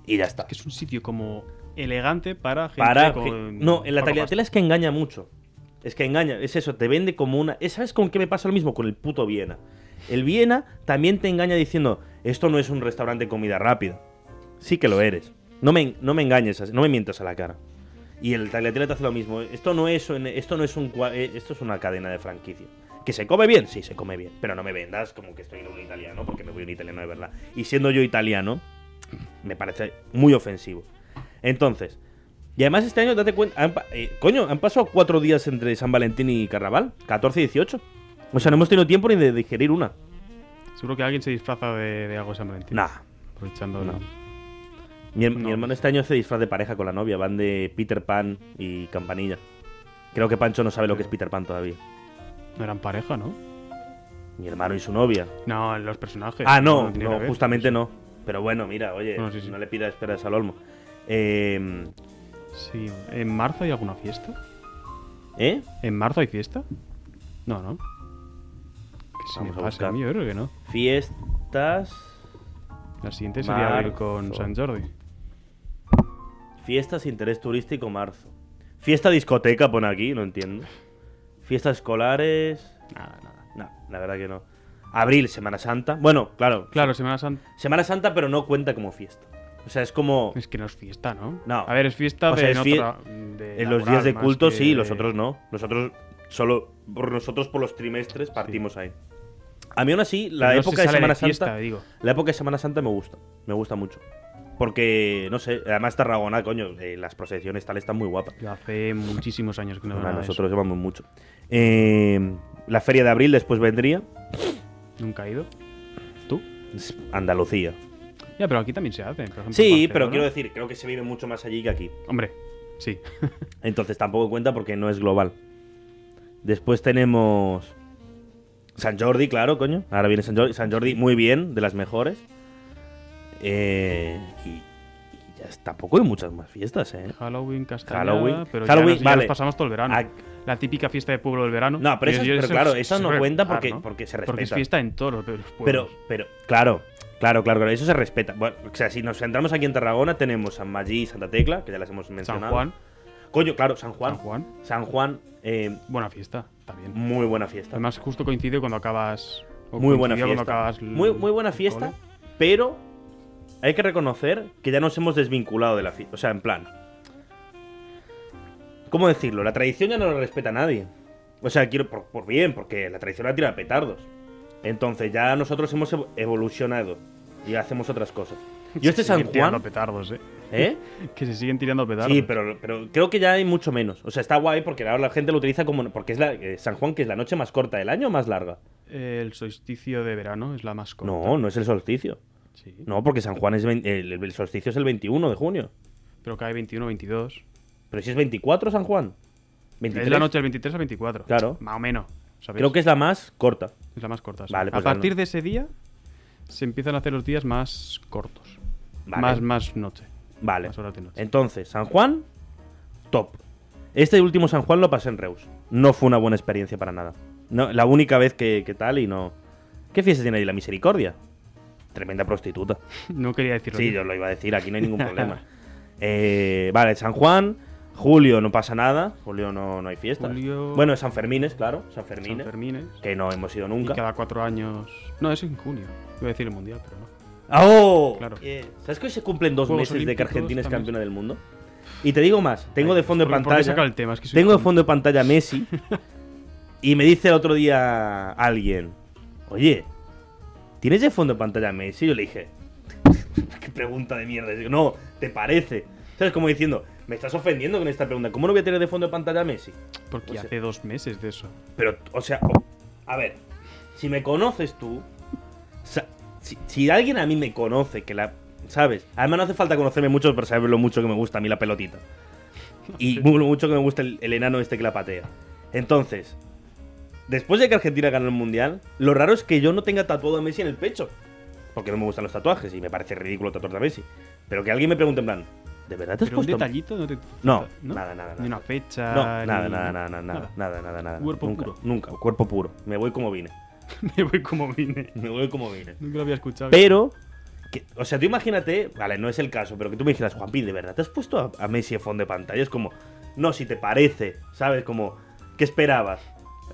B: Y ya está.
C: Que es un sitio como elegante para gente
B: Para.
C: con.
B: No, en la
C: poca
B: tagliatela es que engaña mucho. Es que engaña, es eso, te vende como una. ¿eh, ¿Sabes con qué me pasa lo mismo? Con el puto Viena. El Viena también te engaña diciendo, esto no es un restaurante de comida rápida. Sí que lo eres. No me, no me engañes, así, no me mientas a la cara. Y el tagliatelle te hace lo mismo. Esto no es, un- esto no es un cua- eh, esto es una cadena de franquicia. ¿Que se come bien? Sí, se come bien. Pero no me vendas como que estoy en un italiano, porque me voy a un italiano de verdad. Y siendo yo italiano, me parece muy ofensivo. Entonces, y además este año, date cuenta, han pa- eh, coño, han pasado cuatro días entre San Valentín y Carnaval, 14 y 18. O sea, no hemos tenido tiempo ni de digerir una.
C: pasta. Seguro que alguien se disfraza de, de algo de San Valentín.
B: Nah.
C: Aprovechando.
B: No.
C: el-
B: Mi, her-
C: No,
B: mi
C: no
B: hermano
C: sé.
B: este año hace disfraz de pareja con la novia, van de Peter Pan y Campanilla. Creo que Pancho no sabe lo que es Peter Pan todavía.
C: No eran pareja, ¿no?
B: Mi hermano y su novia.
C: No, los personajes.
B: Ah, no,
C: tiene
B: no,
C: que ver.
B: justamente no. Pero bueno, mira, oye,
C: Bueno, sí, sí.
B: no le pidas esperas al olmo. Eh,
C: Sí. ¿En marzo hay alguna fiesta?
B: ¿Eh?
C: ¿En marzo hay fiesta? No, ¿no? Que se me
B: Vamos a
C: pase
B: buscar.
C: a mí, yo creo que no.
B: Fiestas.
C: La siguiente sería abrir
B: Marzo.
C: con San Jordi.
B: Fiestas, interés turístico, marzo. Fiesta discoteca, pone aquí, no entiendo. Fiestas escolares.
C: Nada, nada.
B: No, la verdad que no. Abril, Semana Santa. Bueno, claro.
C: Claro, Semana Santa
B: Semana Santa, pero no cuenta como fiesta. O sea, es como.
C: es que no es fiesta, ¿no?
B: No.
C: A ver, es fiesta
B: O sea,
C: de
B: es
C: no
B: fie-
C: tra- de
B: En los
C: laboral
B: días de
C: más
B: culto
C: que
B: sí,
C: de-
B: los otros no. Nosotros solo. Por nosotros por los trimestres partimos ahí. A mí aún así,
C: Pero
B: la
C: no se
B: época de
C: sale
B: Semana
C: fiesta, eh.
B: Santa.
C: digo.
B: La época de Semana Santa me gusta, me gusta mucho. Porque, no sé, además Tarragona, coño, eh, las procesiones tal están muy guapas.
C: Yo hace muchísimos años que no veo
B: A
C: nada de
B: nosotros llevamos mucho. Eh, la feria de abril después vendría
C: eso. Nunca he ido. ¿Tú?
B: es Andalucía.
C: Ya, pero aquí también se hace. Por ejemplo,
B: Sí,
C: en
B: pero
C: Barcelona.
B: quiero decir, creo que se vive mucho más allí que aquí.
C: Hombre, sí.
B: Entonces tampoco cuenta porque no es global. Después tenemos San Jordi, claro, coño. Ahora viene San Jordi, San Jordi muy bien, de las mejores. Eh, y, y ya es- tampoco hay muchas más fiestas, ¿eh?
C: Halloween, Castañeda,
B: Halloween.
C: pero
B: Halloween,
C: ya, nos, ya nos
B: vale.
C: pasamos todo el verano.
B: Ac-
C: La típica fiesta de pueblo del verano.
B: Ah, No, pero
C: Yo-
B: esas-
C: Ah, yo
B: pero
C: eso
B: claro,
C: es-
B: esas
C: es
B: no
C: regular,
B: cuenta porque- porque se
C: Porque es
B: respeta.
C: fiesta en todos los los pueblos.
B: Pero, pero, claro, claro, claro, claro, eso se respeta. Bueno, o sea, si nos centramos aquí en Tarragona, tenemos San Magí y Santa Tecla, que ya las hemos
C: San
B: mencionado.
C: Juan,
B: Coño, claro, San Juan.
C: San Juan,
B: San Juan, eh,
C: buena fiesta también.
B: muy buena fiesta.
C: Además, justo coincide cuando acabas. o
B: muy buena
C: Pues coincidió
B: fiesta.
C: Cuando acabas el-
B: muy, muy buena
C: el
B: fiesta,
C: cole.
B: pero hay que reconocer que ya nos hemos desvinculado de la fiesta. O sea, en plan. ¿Cómo decirlo? La tradición ya no la respeta nadie. O sea, quiero por, por bien, porque la tradición la tira a petardos. Entonces ya nosotros hemos evo- evolucionado y hacemos otras cosas. Yo este
C: Se
B: San
C: siguen tirando
B: Juan...
C: petardos, eh.
B: ¿Eh?
C: Que se siguen tirando petardos.
B: Sí, pero, pero creo que ya hay mucho menos. O sea, está guay porque ahora la gente lo utiliza como... Porque es la, eh, San Juan, que es la noche más corta del año o más larga.
C: El solsticio de verano es la más corta.
B: No, no es el solsticio.
C: Sí.
B: No, porque San Juan es... vein- El, el solsticio es el 21 de junio.
C: Pero cae 21, 22.
B: Pero si es 24 San Juan. 23.
C: Es la noche del 23 al 24.
B: Claro.
C: Más o menos. ¿sabes?
B: Creo que es la más corta.
C: es la más corta. sí.
B: Vale, pues
C: a
B: ya
C: partir
B: no.
C: de ese día se empiezan a hacer los días más cortos.
B: Vale.
C: Más, más noche.
B: Vale.
C: Más horas de noche.
B: Entonces, San Juan, top. Este último San Juan lo pasé en Reus. No fue una buena experiencia para nada. No, la única vez que, que tal y no. ¿Qué fiestas tiene ahí la misericordia? Tremenda prostituta.
C: No quería decirlo.
B: Sí,
C: tío.
B: yo lo iba a decir, aquí no hay ningún problema. Eh, vale, San Juan, Julio no pasa nada, Julio no, no hay fiesta.
C: Julio-
B: Bueno, San Fermines, claro, San ¿eh?
C: San
B: Fermines,
C: Fermines.
B: que no hemos ido
C: Y
B: nunca.
C: cada cuatro años. No, es en junio. Iba a decir el mundial, pero no.
B: ¡Ah, ¡Oh!
C: Claro.
B: Eh, ¿Sabes que hoy se cumplen dos
C: Juegos
B: meses de que
C: Olímpicos
B: Argentina es
C: también.
B: campeona del mundo? Y te digo más, tengo
C: Ay,
B: de fondo de
C: ¿por qué- por qué he
B: pantalla.
C: sacado el tema? Es que soy
B: Tengo de
C: tonto.
B: fondo de pantalla a Messi. y me dice el otro día alguien: Oye, ¿tienes de fondo de pantalla a Messi? Yo le dije: ¿Qué pregunta de mierda? Digo, no, ¿te parece? ¿Sabes? Como diciendo: Me estás ofendiendo con esta pregunta. ¿Cómo no voy a tener de fondo de pantalla a Messi?
C: Porque
B: O sea-
C: hace dos meses de eso.
B: Pero, o sea, o- a ver, si me conoces tú, o sea, si, si alguien a mí me conoce, que la. ¿Sabes? Además, no hace falta conocerme mucho para saber lo mucho que me gusta a mí la pelotita. Y mu- lo mucho que me gusta el, el enano este que la patea. Entonces, después de que Argentina ganó el mundial, lo raro es que yo no tenga tatuado a Messi en el pecho. Porque no me gustan los tatuajes y me parece ridículo tatuar a Messi. Pero que alguien me pregunte en plan, ¿de verdad te has
C: Pero un
B: puesto?
C: detallito no te.
B: No, nada, nada, nada.
C: Ni una fecha.
B: No,
C: ni-
B: nada, nada, nada, nada, nada, nada, nada, nada.
C: Cuerpo
B: nunca,
C: puro.
B: Nunca, cuerpo puro. Me voy como vine.
C: Me voy como vine.
B: Me voy como vine.
C: Nunca lo había escuchado.
B: Pero, que- o sea, tú imagínate, vale, no es el caso, pero que tú me dijeras, Juanpi, ¿de verdad te has puesto a, a Messi de fondo de pantalla? Es como, no, si te parece, ¿sabes? Como, ¿qué esperabas?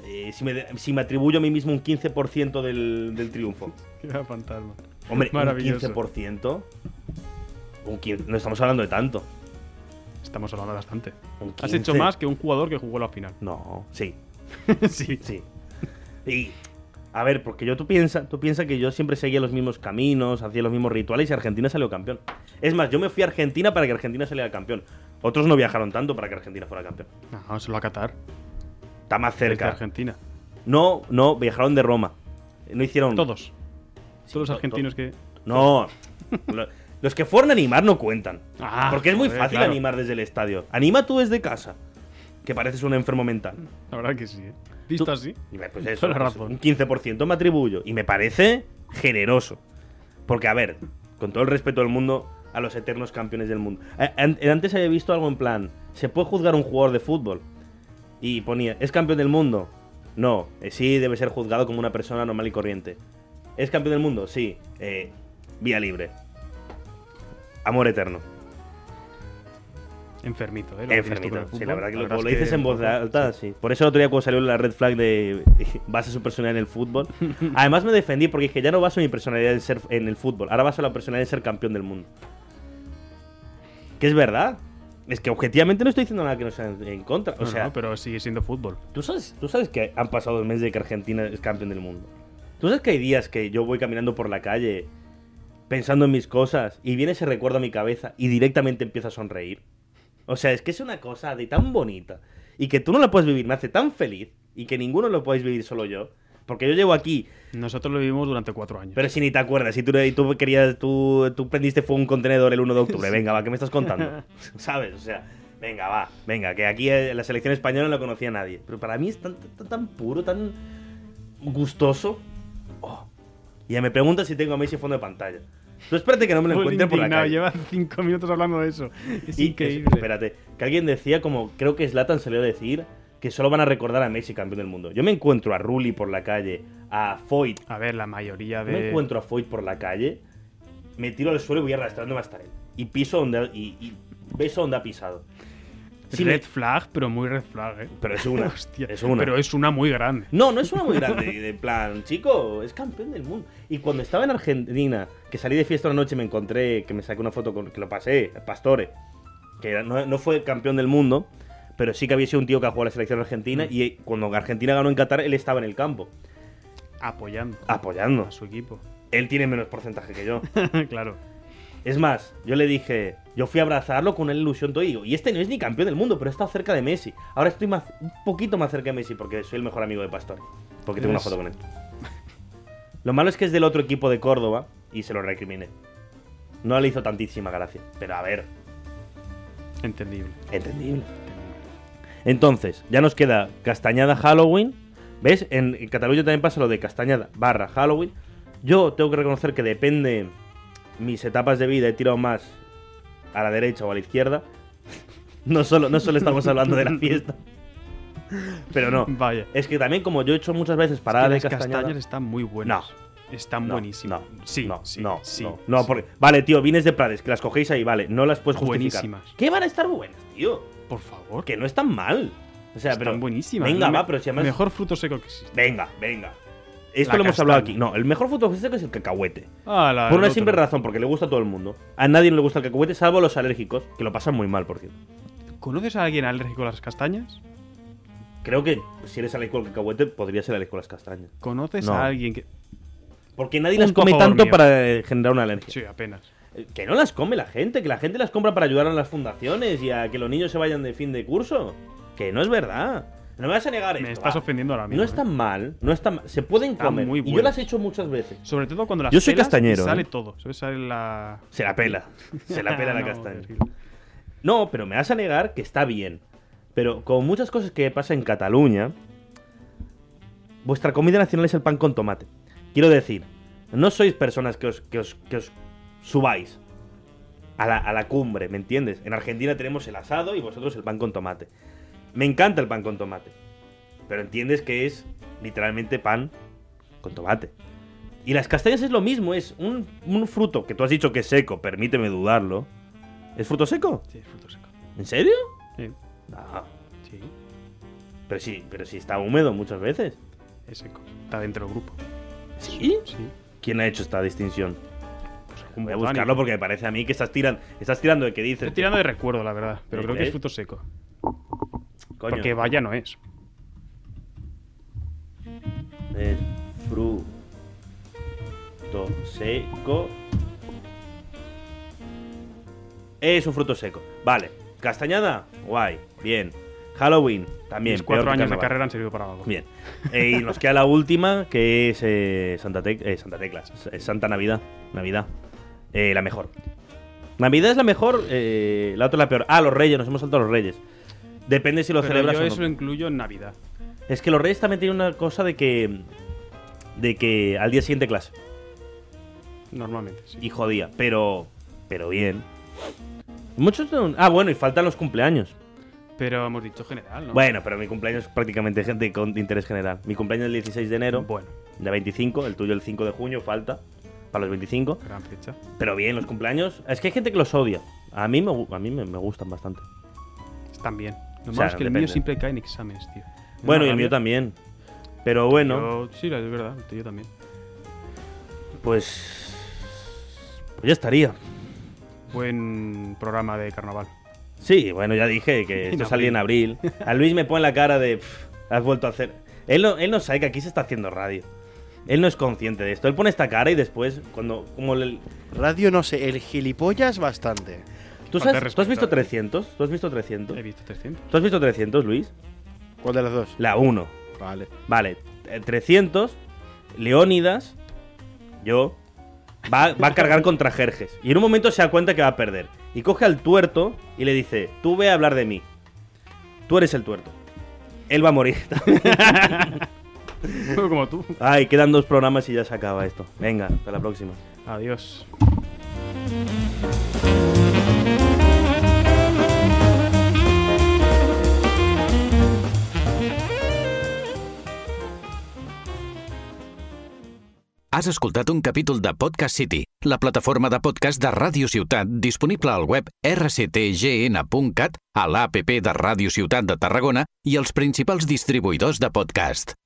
B: Eh, si, me, de- si me atribuyo a mí mismo un 15% del, del triunfo.
C: Queda fantasma.
B: Hombre, un
C: Maravilloso.
B: 15%. Un 15, no estamos hablando de tanto.
C: Estamos hablando bastante.
B: Un
C: Has hecho
B: 15.
C: más que un jugador que jugó la final.
B: No, sí,
C: sí.
B: Sí. Y, a ver, porque yo tú piensas tú piensa que yo siempre seguía los mismos caminos, hacía los mismos rituales y Argentina salió campeón. Es más, yo me fui a Argentina para que Argentina saliera campeón. Otros no viajaron tanto para que Argentina fuera campeón.
C: No, solo a Qatar.
B: Está más
C: Desde
B: cerca.
C: Argentina.
B: No, no, viajaron de Roma. No hicieron...
C: Todos.
B: Sí,
C: Todos los
B: to-
C: argentinos que.
B: to- No. Lo- Los que fueron a animar no cuentan.
C: Ah,
B: porque es muy
C: joder,
B: fácil
C: claro.
B: animar desde el estadio. Anima tú desde casa, que pareces un enfermo mental.
C: La verdad que sí, ¿eh? Visto así.
B: Y me- Pues eso,
C: Toda la
B: pues
C: razón.
B: un 15% me atribuyo. Y me parece generoso. Porque, a ver, con todo el respeto del mundo a los eternos campeones del mundo. A- an- eh, Antes había visto algo en plan, ¿se puede juzgar un jugador de fútbol? Y ponía, ¿es campeón del mundo? No, Eh, sí, debe ser juzgado como una persona normal y corriente. ¿Es campeón del mundo? Sí, Eh, vía libre. Amor eterno.
C: Enfermito, ¿eh? Lo que tienes tú con
B: Enfermito.
C: el
B: Sí,
C: fútbol.
B: la verdad que lo,
C: es
B: lo dices en voz alta, sí. Por eso el otro día cuando salió la red flag de basa su personalidad en el fútbol. Además me defendí porque dije, ya no baso mi personalidad en, ser, en el fútbol, ahora baso la personalidad en ser campeón del mundo. Que es verdad. Es que objetivamente no estoy diciendo nada que no sea en, en contra. O
C: No,
B: sea,
C: no, pero sigue siendo fútbol.
B: ¿tú, sabes, tú sabes que han pasado meses de que Argentina es campeón del mundo. Tú sabes que hay días que yo voy caminando por la calle pensando en mis cosas y viene ese recuerdo a mi cabeza y directamente empiezo a sonreír. O sea, es que es una cosa de tan bonita y que tú no la puedes vivir, me hace tan feliz y que ninguno lo podéis vivir solo yo. Porque yo llevo aquí,
C: Nosotros lo vivimos durante cuatro años.
B: pero si ni te acuerdas, si tú, tú querías, tú, tú prendiste fue un contenedor el 1 de octubre, venga, va, ¿qué me estás contando? ¿Sabes? O sea, venga, va, venga, que aquí eh, la selección española no la conocía nadie. Pero para mí es tan, tan, tan puro, tan gustoso. Oh. Y ya me preguntas si tengo a Messi fondo de pantalla. Tú espérate que no me lo
C: Full
B: encuentre por la
C: indignado,
B: calle.
C: lleva cinco minutos hablando de eso. Es
B: Y que-
C: increíble.
B: espérate, que alguien decía, como creo que Slatan salió a decir, que solo van a recordar a Messi campeón del mundo. Yo me encuentro a Rulli por la calle, a Foyt,
C: A ver, la mayoría de.
B: me encuentro a Foyt por la calle, me tiro al suelo y voy arrastrándome hasta él. Y piso donde ha- y, y beso donde ha pisado. Si me-
C: red flag, pero muy red flag, ¿eh?
B: Pero es una.
C: Hostia,
B: es una.
C: Pero es una muy grande.
B: No, no es una muy grande. y De plan, chico, es campeón del mundo. Y cuando estaba en Argentina, que salí de fiesta una noche y me encontré, que me saqué una foto con, que lo pasé, Pastore, que era- no, no fue campeón del mundo, pero sí que había sido un tío que ha jugado a la selección argentina
C: Mm.
B: y eh, cuando Argentina ganó en Qatar, él estaba en el campo,
C: apoyando
B: apoyando.
C: a su equipo.
B: Él tiene menos porcentaje que yo.
C: claro.
B: Es más, yo le dije, yo fui a abrazarlo con una ilusión todo y digo, y este no es ni campeón del mundo, pero está cerca de Messi. Ahora estoy más, un poquito más cerca de Messi porque soy el mejor amigo de Pastor. Porque tengo una
C: Eres-
B: foto con él. Lo malo es que es del otro equipo de Córdoba y se lo recriminé. No le hizo tantísima gracia, pero a ver,
C: Entendible.
B: entendible. Entonces, ya nos queda Castañada Halloween. ¿Ves? En, en Cataluña también pasa lo de Castañada barra Halloween. Yo tengo que reconocer que depende mis etapas de vida, he tirado más a la derecha o a la izquierda. No solo, no solo estamos hablando de la fiesta. Pero no.
C: Vaya.
B: Es que también, como yo he hecho muchas veces
C: Es que
B: parada
C: las
B: de Castañada.
C: castañas están muy buenas. Están
B: No,
C: buenísimas.
B: No,
C: sí,
B: no,
C: sí,
B: no,
C: sí,
B: no, no,
C: sí.
B: porque- Vale, tío, vienes de Prades, que las cogéis ahí, vale. No las puedes justificar.
C: Buenísimas.
B: ¿Qué van a estar buenas, tío?
C: Por favor.
B: Que no es tan mal. O sea,
C: están
B: pero.
C: buenísimas.
B: Venga,
C: No me-
B: va, pero si además.
C: Mejor fruto seco que existe.
B: Venga, venga. Esto
C: La
B: lo hemos hablado
C: castaña.
B: aquí. No, el mejor fruto seco es el cacahuete.
C: Ah, la-
B: Por
C: el
B: una
C: otro.
B: simple razón, porque le gusta a todo el mundo. A nadie no le gusta el cacahuete, salvo a los alérgicos, que lo pasan muy mal, por cierto.
C: ¿Conoces a alguien alérgico a las castañas?
B: Creo que si eres alérgico al cacahuete, podría ser alérgico a las castañas.
C: ¿Conoces
B: No.
C: a alguien que.?
B: Porque nadie
C: Punto
B: las come
C: a favor
B: tanto
C: mío.
B: para eh, generar una alergia.
C: Sí, apenas.
B: Eh, Que no las come la gente, que la gente las compra para ayudar a las fundaciones y a que los niños se vayan de fin de curso. Que no es verdad. No me vas a negar
C: Me
B: esto,
C: estás
B: va.
C: ofendiendo ahora mismo.
B: No
C: ¿eh?
B: están mal, no están mal. Se pueden
C: Están
B: comer.
C: muy
B: y yo
C: buenas.
B: las he hecho muchas veces.
C: Sobre todo cuando las
B: Yo soy
C: pelas y
B: castañero,
C: Sale
B: ¿eh?
C: todo. ¿sabes? Sale la.
B: Se la pela. Se la pela la
C: No,
B: castaña.
C: terrible.
B: No, pero me vas a negar que está bien. Pero como muchas cosas que pasa en Cataluña, vuestra comida nacional es el pan con tomate. Quiero decir, no sois personas que os, que os, que os subáis a la, a la cumbre, ¿me entiendes? En Argentina tenemos el asado y vosotros el pan con tomate. Me encanta el pan con tomate. Pero entiendes que es literalmente pan con tomate. Y las castañas es lo mismo, es un, un fruto que tú has dicho que es seco, permíteme dudarlo. ¿Es fruto seco?
C: Sí, es fruto seco.
B: ¿En serio?
C: Sí,
B: No.
C: sí,
B: Pero sí, pero sí está húmedo muchas veces.
C: es seco. Está dentro del grupo.
B: ¿Sí?
C: Sí.
B: ¿Quién ha hecho esta distinción?
C: Pues algún
B: Voy a
C: botánico.
B: buscarlo porque me parece a mí que estás tirando. Estás tirando de que dices.
C: Estoy tirando de recuerdo, la verdad. Pero
B: ¿Sí
C: creo que es
B: crees?
C: fruto seco.
B: Coño,
C: Porque vaya no es.
B: es fruto seco. Es un fruto seco. Vale. Castañada, guay. Bien. Halloween, también.
C: Mis cuatro
B: peor que
C: años de
B: carnaval.
C: carrera han servido para algo.
B: Bien. Eh, y nos queda la última, que es eh, Santa, Tec- eh, Santa Tecla. S- eh, Santa Navidad. Navidad. Eh, la mejor. Navidad es la mejor, eh, la otra es la peor. Ah, los reyes, nos hemos saltado los reyes. Depende si lo
C: Pero
B: celebras
C: yo
B: o no.
C: eso lo incluyo en Navidad.
B: Es que los reyes también tienen una cosa de que. de que al día siguiente clase.
C: Normalmente, sí.
B: Y jodía, pero. pero bien. Muchos. no- Ah, bueno, y faltan los cumpleaños.
C: Pero hemos dicho general, ¿no?
B: Bueno, pero mi cumpleaños es prácticamente gente con de interés general. Mi cumpleaños es el 16 de enero.
C: Bueno,
B: de 25, el tuyo el 5 de junio, falta para los 25.
C: gran fecha.
B: Pero bien, los cumpleaños. Es que hay gente que los odia. A mí me, gu- a mí me, me gustan bastante.
C: Están bien. Lo
B: O sea,
C: malo es que el
B: depende.
C: mío siempre cae en exámenes, tío. Es
B: Bueno, y
C: una
B: el mío
C: rabia.
B: también. Pero bueno,
C: Yo- sí, es verdad, el tuyo también.
B: pues. Pues ya estaría.
C: Buen programa de carnaval.
B: Sí, bueno, ya dije que
C: En
B: esto salía en abril. A Luis me pone la cara de. "Pff, Has vuelto a hacer. Él no, él no sabe que aquí se está haciendo radio. Él no es consciente de esto. Él pone esta cara y después, cuando. Como le-
D: Radio, no sé, el gilipollas bastante.
B: ¿Tú,
C: Falta de
B: sabes, ¿Tú has
C: respeto.
B: visto 300? ¿Tú has visto 300?
C: He visto 300.
B: ¿Tú has visto 300, Luis?
D: ¿Cuál de las dos?
B: La 1.
D: Vale.
B: Vale, eh, 300, Leónidas, yo, va, va a cargar contra Jerjes. Y en un momento se da cuenta que va a perder. Y coge al tuerto y le dice, tú ve a hablar de mí. Tú eres el tuerto. Él va a morir.
C: Como tú.
B: Ay, quedan dos programas y ya se acaba esto. Venga, hasta la próxima.
C: Adiós.
A: Has escoltat un capítol de Podcast City, la plataforma de podcast de Ràdio Ciutat disponible al web rctgn.cat, a l'APP de Ràdio Ciutat de Tarragona i als principals distribuïdors de podcast.